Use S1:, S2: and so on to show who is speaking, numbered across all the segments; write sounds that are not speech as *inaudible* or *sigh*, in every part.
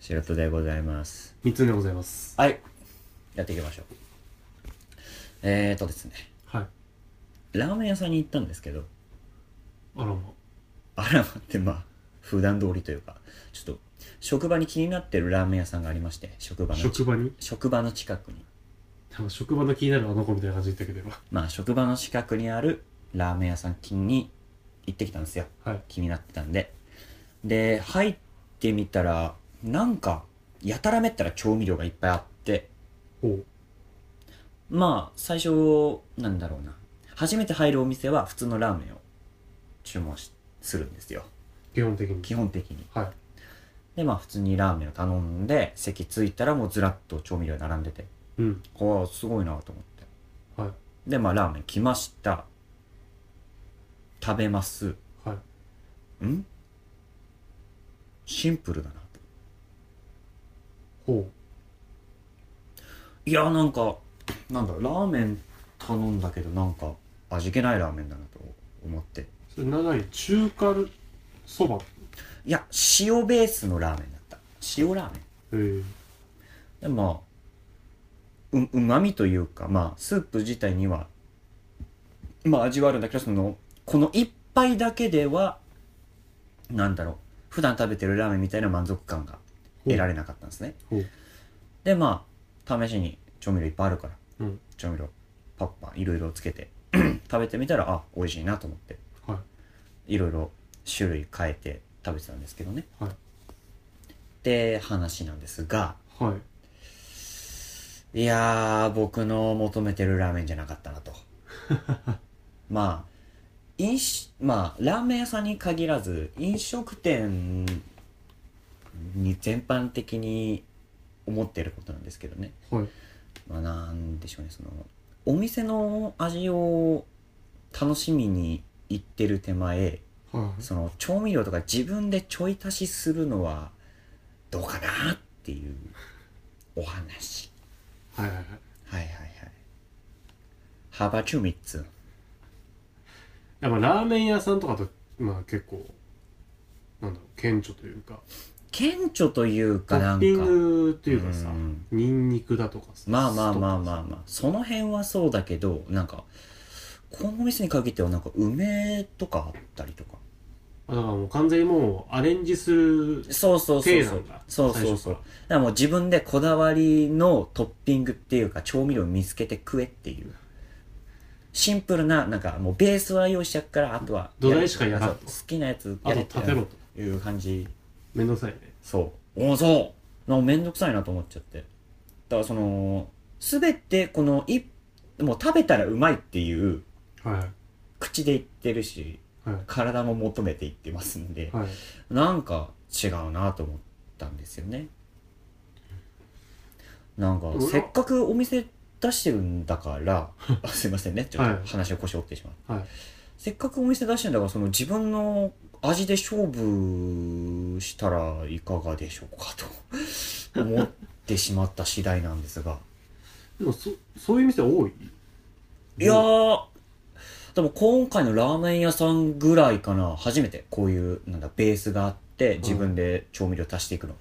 S1: 素人でございます
S2: 三つでございます
S1: はいやっていきましょうえーとですね
S2: はい
S1: ラーメン屋さんに行ったんですけど
S2: あらま
S1: あらまってまあ普段通りというかちょっと職場に気になってるラーメン屋さんがありまして職場の
S2: 職場に
S1: 職場の近くに
S2: 多分職場の気になるあの子みたいな感じで言ったけど今
S1: まあ職場の近くにあるラーメン屋さんに行ってきたんですよ
S2: はい
S1: 気になってたんでで入ってみたらなんかやたらめったら調味料がいっぱいあって
S2: おう
S1: まあ最初なんだろうな初めて入るお店は普通のラーメンを注文しするんですよ
S2: 基本的に
S1: 基本的に
S2: はい
S1: でまあ普通にラーメンを頼んで席着いたらもうずらっと調味料並んでて
S2: うん
S1: ああすごいなと思って
S2: はい
S1: でまあラーメン来ました食べます
S2: はい
S1: んシンプルだなと
S2: ほ
S1: いやなんかなんだろうラーメン頼んだけどなんか味気ないラーメンだなと思って
S2: うそれ長い中華そば
S1: いや塩ベースのラーメンだった塩ラーメン
S2: えー、
S1: でまあううまみというかまあスープ自体にはまあ味はあるんだけどそのこの一杯だけではなんだろう普段食べてるラーメンみたいな満足感が得られなかったんですね
S2: ほう
S1: でまあ試しに調味料いっぱいあるから
S2: うん
S1: 調味料パッパいろいろつけて *clears throat* 食べてみたらあ美味しいなと思って
S2: はい
S1: いろいろ種類変えて食べてたんですけどね
S2: はい
S1: って話なんですが
S2: はい
S1: いやー、僕の求めてるラーメンじゃなかったな
S2: *laughs*
S1: と。まあ、飲酒、まあ、ラーメン屋さんに限らず、飲食店に全般的に思ってることなんですけどね。
S2: はい
S1: まあ、なんでしょうね、その、お店の味を楽しみに行ってる手前、
S2: はい
S1: その、調味料とか自分でちょい足しするのは、どうかなっていうお話。
S2: はいはいはい
S1: はいはいはい。幅中3つ。
S2: やっぱラーメン屋さんとかとまあ結構なんだろう顕著というか
S1: 顕著という
S2: ト
S1: かなん
S2: ッ
S1: か。
S2: ピングというかさ
S1: うん
S2: ニンニクだとかさ
S1: まあまあまあまあ
S2: あ
S1: まあ。その辺はそうだけど、なんか、このお店に限ってはなんか梅とかあったりとか。
S2: だからもう完全にもうアレンジする
S1: そうそうそう
S2: 体
S1: そ
S2: な
S1: うん
S2: だ。
S1: そうそうそう。だからもう自分でこだわりのトッピングっていうか調味料を見つけて食えっていう。シンプルな、なんかもうベースは用意しちゃうから、あとは。
S2: 土台しかやらん
S1: そう好きなやつや
S2: あと
S1: れって
S2: 立てろと
S1: いう感じ。
S2: めんどくさいね
S1: そう。おそうなんかめんどくさいなと思っちゃって。だからその、すべてこのい、もう食べたらうまいっていう
S2: はいはい
S1: 口で言ってるし、
S2: はい
S1: 体も求めていってますんで、
S2: はい
S1: なんか違うなと思ったんですよね。なんか
S2: う、わ
S1: せっかくお店出してるんだ
S2: *laughs*
S1: から、あすいませんね、ちょっ
S2: はい
S1: と話を腰折ってしまう。
S2: はい
S1: せっかくお店出してんだからその自分の味で勝負したらいかがでしょうかと思ってしまった次第なんですが
S2: でもそそういう店多い
S1: いやーでも今回のラーメン屋さんぐらいかな初めてこういうなんだベースがあって自分で調味料足していくのが、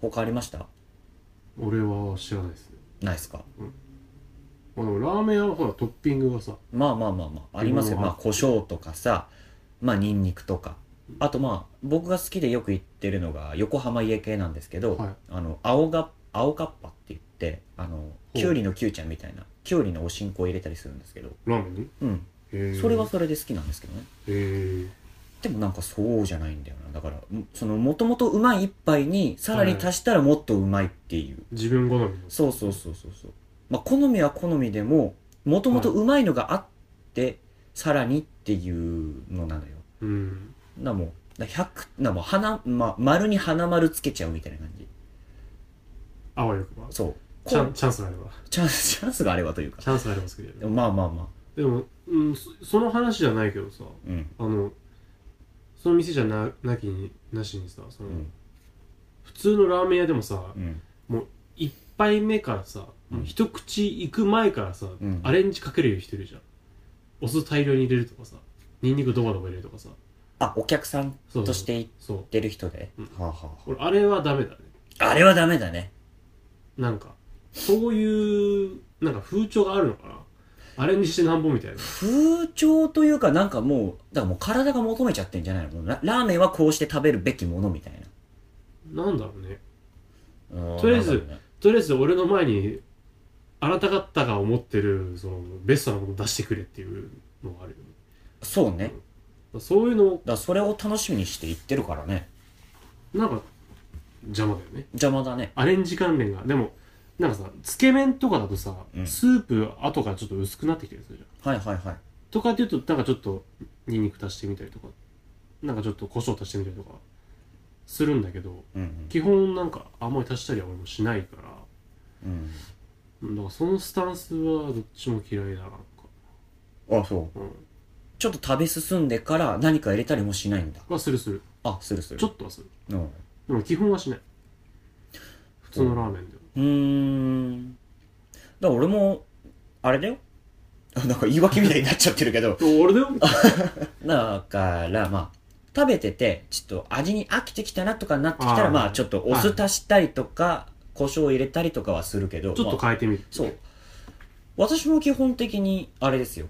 S1: 他ありました
S2: 俺は知らないですね
S1: ないですか
S2: まあでもラーメン屋はほらトッピングがさ
S1: まあまあまあまあありますよ
S2: うん
S1: まあ胡椒とかさまあニンニクとかあとまあ僕が好きでよく行ってるのが横浜家系なんですけど、
S2: はい
S1: あの青が青かっぱって言ってあの
S2: う
S1: きゅうりのきゅうちゃんみたいなきゅうりのおしんこを入れたりするんですけど
S2: ラーメンに
S1: うん
S2: へー
S1: それはそれで好きなんですけどね
S2: へー
S1: でもなんかそうじゃないんだよなだからんそのもともとうまい一杯にさらに足したらもっとうまいっていう、
S2: 自分好みの
S1: そうそうそうそうそうまあ好みは好みでももともとうまいのがあって、さらにっていうのなのよ
S2: うん
S1: なもうな100なもう花、まあ、丸に花丸つけちゃうみたいな感じ
S2: あわよくば
S1: そう
S2: チャ
S1: こ
S2: ン
S1: う
S2: チャンスがあれば
S1: チャンスチャンスがあればというか
S2: チャンスがあれば好きだよ
S1: で
S2: ね
S1: もまあまあまあ
S2: でも、うん、そその話じゃないけどさ
S1: うん
S2: あのその店じゃななきになしにさその、
S1: うん
S2: 普通のラーメン屋でもさ
S1: うん
S2: いっ杯目からさ、
S1: うん
S2: 一口行く前からさ、
S1: うん
S2: アレンジかける人いるじゃんお酢大量に入れるとかさニンニクドバドバ入れるとかさ
S1: あお客さん
S2: そう
S1: として行っ
S2: そう
S1: てる人で、
S2: うん
S1: はあ、はあは
S2: 俺あれはダメだね
S1: あ、あれはダメだね
S2: なんかそういうなんか風潮があるのかなアレンジしてなんぼみたいな
S1: 風潮というかなんかもうだからもう体が求めちゃってんじゃないのもうララーメンはこうして食べるべきものみたい
S2: なんだろうね
S1: な
S2: とりあえず
S1: うんなんだろうね
S2: とりあえず俺の前にあなた方が思ってるそのベストなものを出してくれっていうのがあるよね
S1: そうねだか
S2: そういうの
S1: らそれを楽しみにして行ってるからね
S2: なんか邪魔だよね
S1: 邪魔だね
S2: アレンジ関連がでもなんかさつけ麺とかだとさ、
S1: うん
S2: スープ後からちょっと薄くなってきてるやつじゃ
S1: は
S2: ん
S1: いはいはい
S2: とかっていうとなんかちょっとニンニク足してみたりとかなんかちょっと胡椒足してみたりとかするんだけど
S1: うんうん
S2: 基本なんかあんまり足したりは俺もしないからうんだからそのスタンスはどっちも嫌いだななんか
S1: うん、あそう
S2: うん
S1: ちょっと食べ進んでから何か入れたりもしないんだ
S2: はするする
S1: あするする
S2: ちょっとはする
S1: うん
S2: でも基本はしない普通のラーメンでも
S1: うーんだから俺もあれだよ *laughs* なんか言い訳みたいになっちゃってるけど
S2: 俺だよ
S1: だからまあ食べててちょっと味に飽きてきたなとかなってきたら
S2: あー
S1: まあちょっとお酢足したりとか胡椒を入れたりとかはするけど
S2: ちょっと
S1: まあ
S2: 変えてみる
S1: そう私も基本的にあれですよ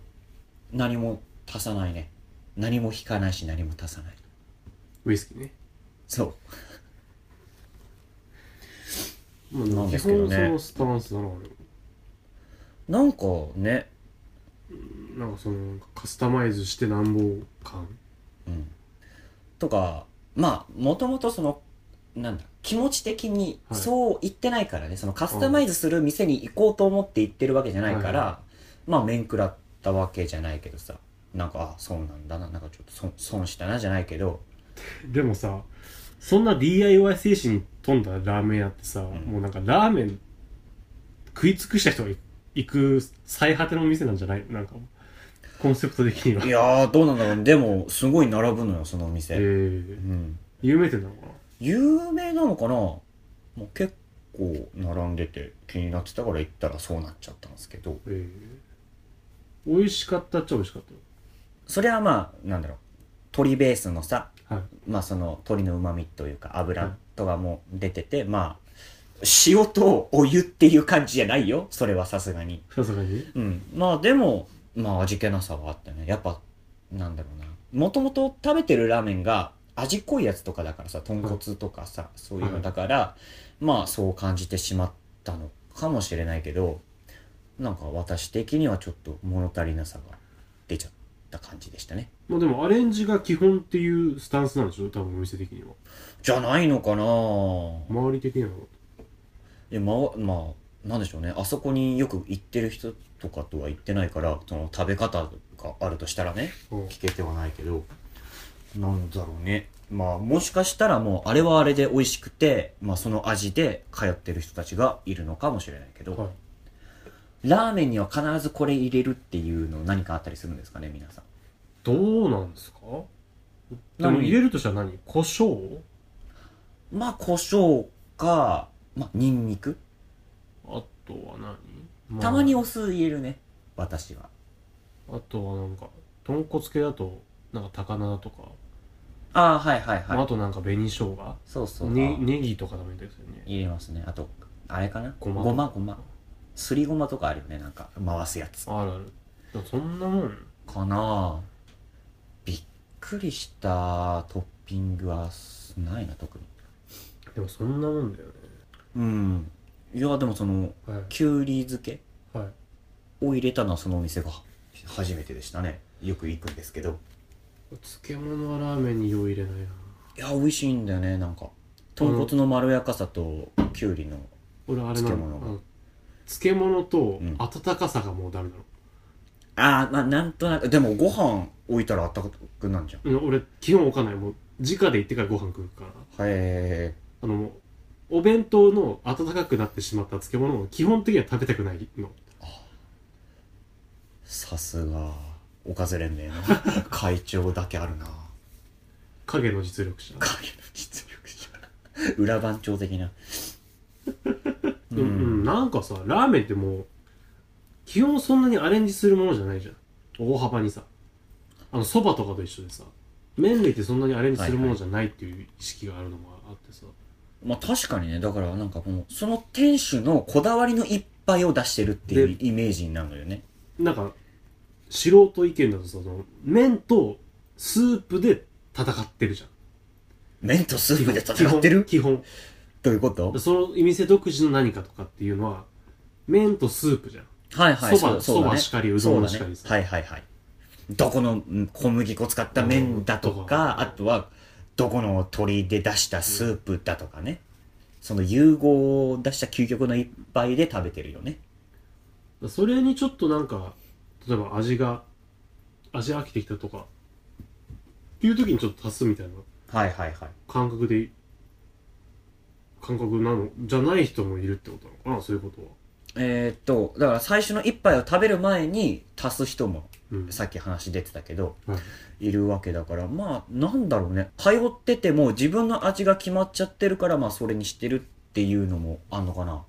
S1: 何も足さないね何も引かないし何も足さない
S2: ウイスキーね
S1: そう
S2: ま
S1: な
S2: あ
S1: ん
S2: 基
S1: ですけど
S2: 本
S1: ね
S2: そのスタンスだな俺も
S1: なんかね
S2: なんかそのなんかカスタマイズしてなんぼ感
S1: うんとかまあもともとそのなんだ気持ち的に
S2: はい
S1: そう言ってないからね、そのカスタマイズする店に行こうと思って行ってるわけじゃないから、
S2: はい
S1: まあ面食らったわけじゃないけどさなんかあそうなんだななんかちょっと損損したなじゃないけど
S2: でもさそんな DIY 精神に富んだラーメン屋ってさ、もうなんかラーメン食い尽くした人が行く最果ての店なんじゃないなんかコンセプト的にはい
S1: やーどうなんだろうでもすごい並ぶのよそのお
S2: え
S1: 店、う
S2: ー、
S1: ん、
S2: 有名店なのかな
S1: 有名なのかなもう結構並んでて気になってたから行ったらそうなっちゃったんですけど
S2: えー、美味しかったっちゃ美味しかっ
S1: それはまあなんだろう鶏ベースのさ
S2: たよは
S1: まあその鶏の旨味というか油とかも出てて、まあ塩とお湯っていう感じじゃないよそれはさすがに
S2: いさすがに
S1: うんまあでもまあ味気なさはあったねやっぱなんだろうなもともと食べてるラーメンが味濃いやつとかだからさ豚骨とかさ、そういうのだから、まあそう感じてしまったのかもしれないけどなんか私的にはちょっと物足りなさが出ちゃった感じでしたね
S2: まあでもアレンジが基本っていうスタンスなんでしょ多分お店的には
S1: じゃないのかな
S2: 周り的にはい
S1: やまあまあなんでしょうねあそこによく行ってる人とかとは行ってないからその食べ方があるとしたらね
S2: うん
S1: 聞けてはないけどなんだろうねまあもしかしたらもうあれはあれで美味しくて、まあ、その味で通ってる人たちがいるのかもしれないけど、
S2: はい
S1: ラーメンには必ずこれ入れるっていうの何かあったりするんですかね皆さん
S2: どうなんですかでも入れるとしたら何胡椒
S1: まあ胡椒かまあニンニク
S2: あとは何、まあ
S1: たまにお酢入れるね私は
S2: あとはなんか豚骨系だとなんか高菜とか、
S1: ああはいはいはい、
S2: まああとなんか紅生姜
S1: そうそう
S2: ねネギとか食べたりするよね
S1: 入れますねあとあれかな
S2: ごま
S1: ごまごますりごまとかあるよねなんか回すやつ
S2: あるあるでもそんなもん
S1: かなあびっくりしたトッピングはないな特に
S2: でもそんなもんだよね
S1: うんいやでもその
S2: は
S1: きゅうり漬け
S2: い、はい、
S1: を入れたのはそのお店が初めてでしたねよく行くんですけど
S2: 漬物はラーメンに用入れないない
S1: や美味しいんだよねなんか豚骨のまろやかさときゅうりの
S2: 俺あれな
S1: 漬
S2: の
S1: 物が
S2: あの漬物と
S1: うん
S2: 温かさがもうダメなの、
S1: ああまあなんとなくでもご飯置いたらあったかくなんじゃんへ
S2: うん俺基本置かないもう直で行ってからご飯食うから
S1: え
S2: あのお弁当の温かくなってしまった漬物を基本的には食べたくないの
S1: さすがおかず連
S2: *laughs*
S1: 盟の会長だけあるな
S2: 影の実力者
S1: 影の実力者裏番長的な
S2: *laughs* うん、うん、なんかさ、ラーメンってもう、基本そんなにアレンジするものじゃないじゃん。大幅にさ。あの、蕎麦とかと一緒でさ、麺類ってそんなにアレンジするものじゃないっていう意識があるのがあってさ。
S1: まあ確かにねだからなんかこのその店主のこだわりの一杯を出してるっていうイメージになるのよね
S2: なんか、素人意見だとさ、その、麺とスープで戦ってるじゃん。
S1: 麺とスープで戦ってる
S2: 基本。基
S1: どういうこと
S2: 本その店独自の何かとかっていうのは、麺とスープじゃん。
S1: はいはい
S2: そば、
S1: そう
S2: そ
S1: だ
S2: ば
S1: ね
S2: しかり、う
S1: そ
S2: ど
S1: うんだ
S2: しか
S1: ね
S2: りさ。
S1: はいはいはいどこのうん小麦粉使った麺だと
S2: うんと
S1: か
S2: か
S1: あとはどこの鶏で出したスープだとかねその融合を出した究極の一杯で食べてるよね
S2: それにちょっとなんか例えば味が味飽きてきたとかっていう時にちょっと足すみたいな
S1: はいはいはい
S2: 感覚で感覚なのじゃない人もいるってことなのかなそういうことは、
S1: えーっとだから最初の一杯を食べる前に足す人も
S2: うん
S1: さっき話出てたけど
S2: はい
S1: いるわけだからまあなんだろうね通ってても自分の味が決まっちゃってるからまあそれにしてるっていうのもあんのかな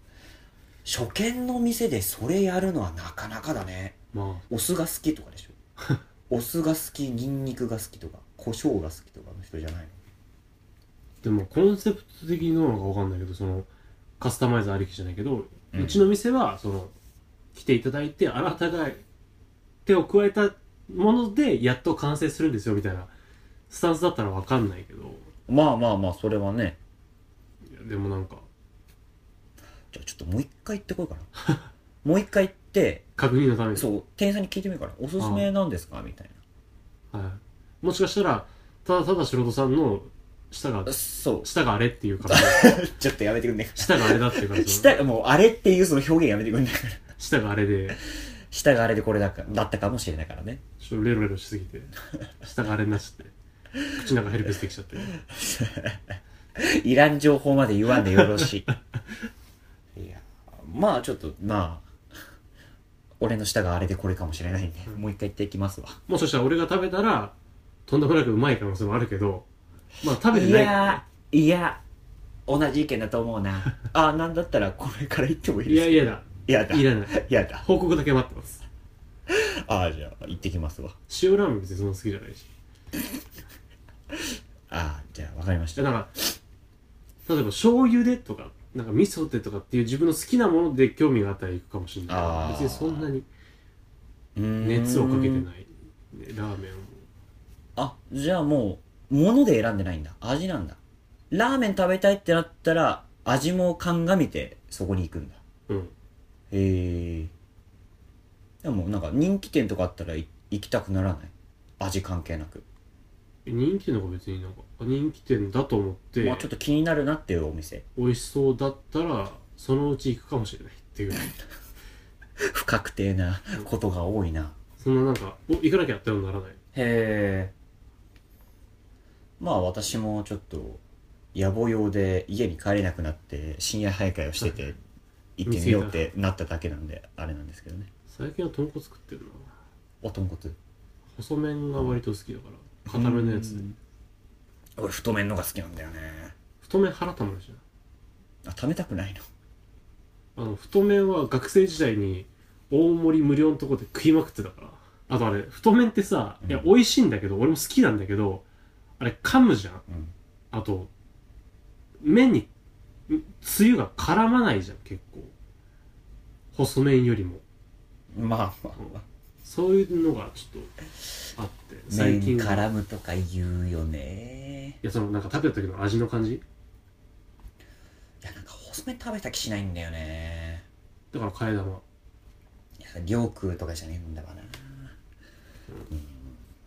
S1: 初見の店でそれやるのはなかなかだね
S2: ま
S1: お酢が好きとかでしょ
S2: *laughs*
S1: お酢が好きニンニクが好きとか胡椒が好きとかの人じゃないの
S2: あでもコンセプト的にどうなのかわかんないけどそのカスタマイズありきじゃないけど、
S1: う
S2: うんちの店はその来ていただいてあなたが手を加えたものでやっと完成するんですよみたいなスタンスだったらわかんないけど
S1: まあまあまあそれはね
S2: いやでもなんか
S1: じゃあちょっともう一回行ってこようかな
S2: *laughs*
S1: もう一回行って
S2: 確認のために
S1: そう店員さんに聞いてみようかなおすすめなんですかみたい
S2: はい、もしかしたらただただ素人さんの舌が
S1: なそう *laughs*
S2: 舌があれっていう *laughs* から
S1: ちょっとやめてくんね
S2: 舌があれだっていうからその
S1: 下もうあれっていうその表現やめてくんね
S2: 舌があれで
S1: *laughs* 下があれでこれだかだったかもしれないからね *laughs*
S2: ちょっとレロレロしすぎて舌があれになっちゃって口の中ヘルペスできちゃって
S1: いらん情報まで言わんでよろし
S2: *laughs*
S1: いいやまあちょっとまあ俺の下があれでこれかもしれないんで、もう一回言っていきますわ
S2: もしかしたら俺が食べたらとんでもなくうまい可能性もあるけどまあ食べて
S1: い
S2: ないから
S1: やいや同じ意見だと思うなあなんだったらこれから言ってもいい
S2: い
S1: で
S2: や
S1: す
S2: いやだ
S1: やだ
S2: いらない
S1: やだ
S2: 報告だけ待ってます
S1: ああじゃあ行ってきますわ
S2: 塩ラーメン別にそんな好きじゃないし
S1: ああじゃあわかりまし
S2: だ
S1: た
S2: から例えば醤油でとかなんか味噌でとかっていう自分の好きなもので興味があったら行くかもしれないけ
S1: あー
S2: ど別にそんなに
S1: 熱
S2: 熱をかけてないねラーメンを
S1: あじゃあもう物で選んでないんだ味なんだラーメン食べたいってなったら味も鑑みてそこに行くんだ
S2: うん
S1: へえでもなんか人気店とかあったらい行きたくならない味関係なく、
S2: 人気のが別になんか人気店だと思って
S1: まあちょっと気になるなっていうお店 *laughs*
S2: 美味しそうだったらそのうち行くかもしれないっていう
S1: 不確定なことが多いな
S2: そんななんかお行かなきゃってはならない
S1: へえまあ私もちょっと野暮用で家に帰れなくなって深夜徘徊をしてて行ってみようってなっただけなんであれなんですけどね
S2: 最近は豚骨食ってるな
S1: お豚骨
S2: 細麺が割と好きだから固めのやつで
S1: 俺太麺のが好きなんだよね
S2: 太麺腹たまるじ
S1: あ食べたくないの
S2: ゃんあの太麺は学生時代に大盛り無料のとこで食いまくってたからあとあれ太麺ってさ、いや美味しいんだけど俺も好きなんだけどあれ噛むじゃん
S1: うん
S2: あと、麺に、んつゆが絡まないじゃん、結構。細麺よりも。
S1: まあまあ
S2: そういうのがちょっとあって、最
S1: 麺
S2: 近は。い
S1: 絡むとか言うよね
S2: や、その、なんか食べた時の味の感じ
S1: いやなんか細麺食べた気しないんだよね
S2: だから替え玉。
S1: いや両空とかじゃねえんだわな、うん、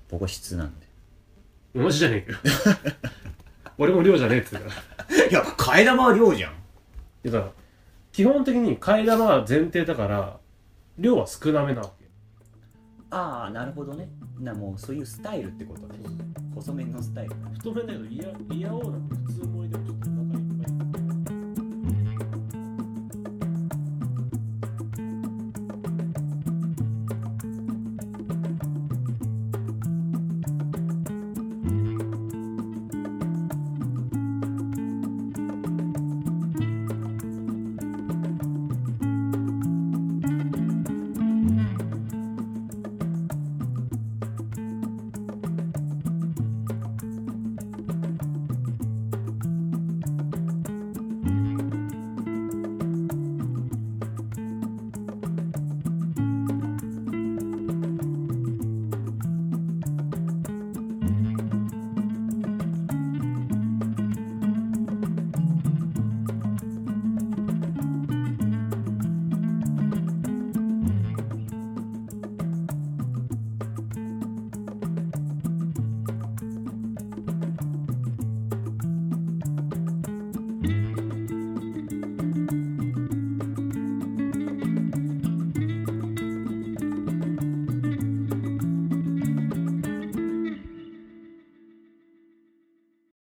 S1: 僕は質なんで
S2: 同じじゃねえかよ。
S1: *laughs*
S2: 俺も量じゃねえって言ってたから。
S1: いや替え玉は量じゃん
S2: いやだから、基本的に替え玉は前提だから、量は少なめなわけ。
S1: ああなるほどねなもうそういうスタイルってことね細麺のスタイル
S2: 太麺だけど、いや、いやおうなくて普通盛りで。